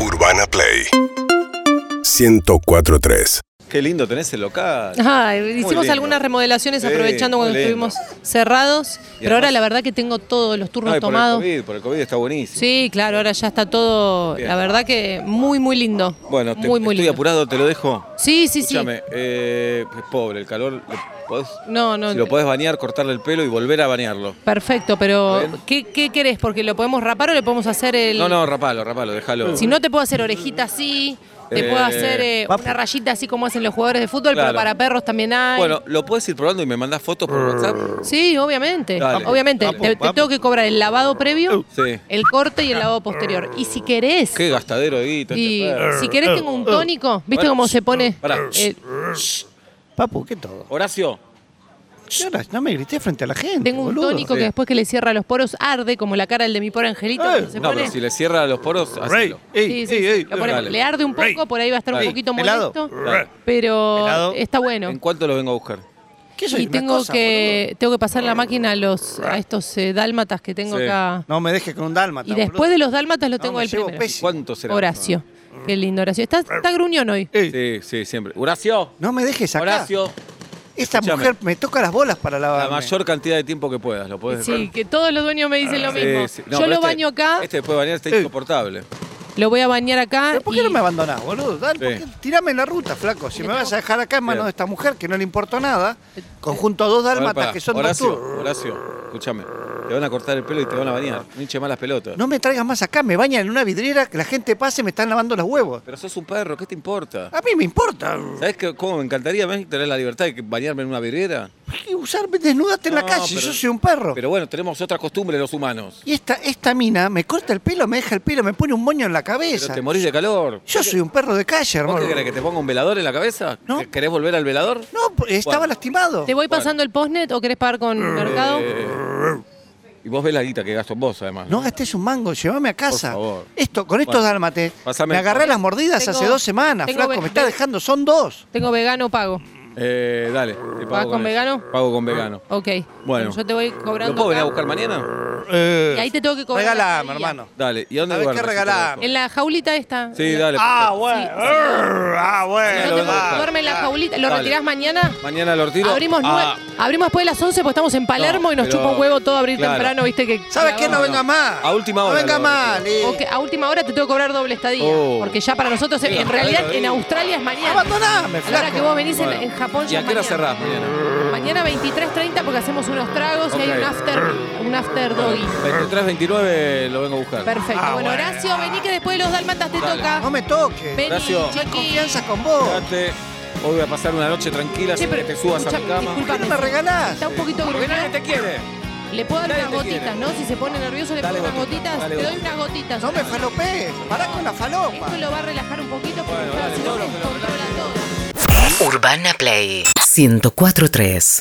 Urbana Play 1043. Qué lindo tenés el local. Ajá, Muy hicimos lindo. algunas remodelaciones Sí, aprovechando cuando muy lindo. estuvimos cerrados, pero ahora además- la verdad que tengo todos los No, turnos y por el tomados. COVID, por el COVID está buenísimo. Sí, claro, ahora ya está todo, Bien. la verdad que muy, muy lindo. Bueno, te, muy, muy estoy lindo. apurado, te lo dejo. Sí, sí, sí. Escúchame, eh, es pobre, el calor. ¿lo podés- No, no. si lo podés bañar, cortarle el pelo y volver a bañarlo. Perfecto, pero Está bien. ¿qué, ¿qué querés? Porque lo podemos rapar o le podemos hacer el... No, no, rapalo, rapalo, déjalo. Si no te puedo hacer orejita así, te Eh, puedo hacer eh, papu. una rayita así como hacen los jugadores de fútbol, Claro. pero para perros también hay. Bueno, lo puedes ir probando y me mandás fotos por WhatsApp. Sí, obviamente. Dale. Obviamente. Papu, te, te papu. tengo que cobrar el lavado previo, Sí. el corte y el lavado posterior. Y si querés, Qué gastadero ahí. este y perro. si querés tengo un tónico, ¿viste Bueno, cómo se pone? pará. Eh, Papu, ¿qué todo? Horacio, ¿Qué horas? No me grité frente a la gente. tengo un boludo. tónico que Sí. después que le cierra los poros arde como la cara del de mi pobre angelito. cuando se no, pone. pero si le cierra los poros, Rey, hacelo. ey, Sí, sí, ey, sí, ey, lo ponemos. dale. Le arde un poco, por ahí va a estar un Dale. poquito Helado. molesto. Dale. Pero Helado. está bueno. ¿En cuánto lo vengo a buscar? ¿Qué soy, Y una tengo cosa, que tengo que pasar la máquina a los a estos eh, dálmatas que tengo Sí. acá. boludo? No me dejes con un dálmata. Y después de los dálmatas lo No, tengo me el llevo primero. pésimo. ¿Cuánto será? Horacio. Qué lindo, Horacio. Está, está gruñón hoy. boludo. Ey, Sí, sí, siempre. Horacio, No me dejes acá. Horacio, Esta escúchame. mujer me toca las bolas para la lavarme. mayor cantidad de tiempo que puedas, lo puedes Sí, que todos los dueños me dicen Ah, lo mismo. Yo lo baño acá, Este después de bañar está Sí. insoportable. lo voy a bañar acá. ¿Pero por qué Ah, y- no me abandonás, boludo? Dale, Sí. ¿por qué? Tirame en la ruta, flaco. Si me vas a dejar acá en manos Bien. de esta mujer que no le importó nada, conjunto a dos A ver, dálmatas pará. que son Horacio, nocturnos. Horacio, escúchame. Te van a cortar el pelo y te van a bañar. No hinche más las pelotas. No me traigas más acá, me bañan en una vidriera, que la gente pase y me están lavando los huevos. Pero sos un perro, ¿qué te importa? A mí me importa. ¿Sabés qué- cómo me encantaría Messi, tener la libertad de que- bañarme en una vidriera? Y Usarme desnudate en la No, calle, pero- yo soy un perro. Pero bueno, tenemos otras costumbres los humanos. Y esta, esta mina me corta el pelo, me deja el pelo, me pone un moño en la Pero cabeza. te morís de calor. Yo soy un perro de calle, ¿Vos hermano. qué querés que te ponga un velador en la cabeza? No. ¿Que- ¿Querés volver al velador? No, po- Bueno. estaba Mm. Eh. lastimado. ¿Te voy pasando el postnet o querés pagar con mercado? Y vos ves la guita que gasto en vos, además. No gastes un mango, llévame a casa. favor. Esto, con estos Bueno, dálmates, pasame el me agarré favor. las mordidas Tengo- hace dos semanas, tengo flaco, ve- me está ve- dejando, son dos. Tengo vegano, pago. Eh, dale. te ¿Vas con eso. vegano? Pago con vegano. Ok. Bueno. Yo te voy ¿Lo cobrando. puedo venir a acá. buscar mañana? Y ahí te tengo que cobrar. la Regalame, estadía. hermano. Dale. ¿Y a dónde ¿Sabés duermes? este qué regalá? En la jaulita esta. Sí, dale. Ah, bueno. Arr, Ah, No Mañana bueno. te lo vengo a va. buscar. duerme en la jaulita. ¿Lo Dale. retirás mañana? Mañana lo retiro. Abrimos, nue- Ah, abrimos después de las 11 porque estamos en Palermo No, y nos pero- chupa un huevo todo abrir claro. temprano, viste que... ¿Sabes qué? No no. venga más. A última hora No venga lo más. abrimos. listo. Ok, a última hora te tengo que cobrar doble estadía. Oh. Porque ya para nosotros, en, en realidad, en Australia es mañana. Abandoname, A la hora que vos flaco. venís en- bueno. en, Japón ¿Y ya a es qué hora mañana. cerrás mañana? Mañana 23.30 porque hacemos unos tragos y hay Ok. un after, un after doggy. 23, 29 lo vengo a buscar. Perfecto. Ah, bueno, bueno. Horacio, vení que después de los dálmatas te Dale. toca. No me toques. Vení, Horacio. Chiqui. Confianza con vos. Quédate. Hoy voy a pasar una noche tranquila Che, sin que pero te subas a mi escuchame, cama. disculpa. ¿Por qué no me regalás? Está un poquito Porque nadie gruñón. te quiere. Le puedo dar Nadie unas te quiere. gotitas, ¿no? Si se pone nervioso, le Dale pongo unas gotita, gotitas. dale Te doy gotita. unas gotitas. No me falopés. Pará con la falopa. Esto lo va a relajar un poquito porque Bueno, claro, dale, si no todo lo que lo descontrola todo. Urbana Play 1043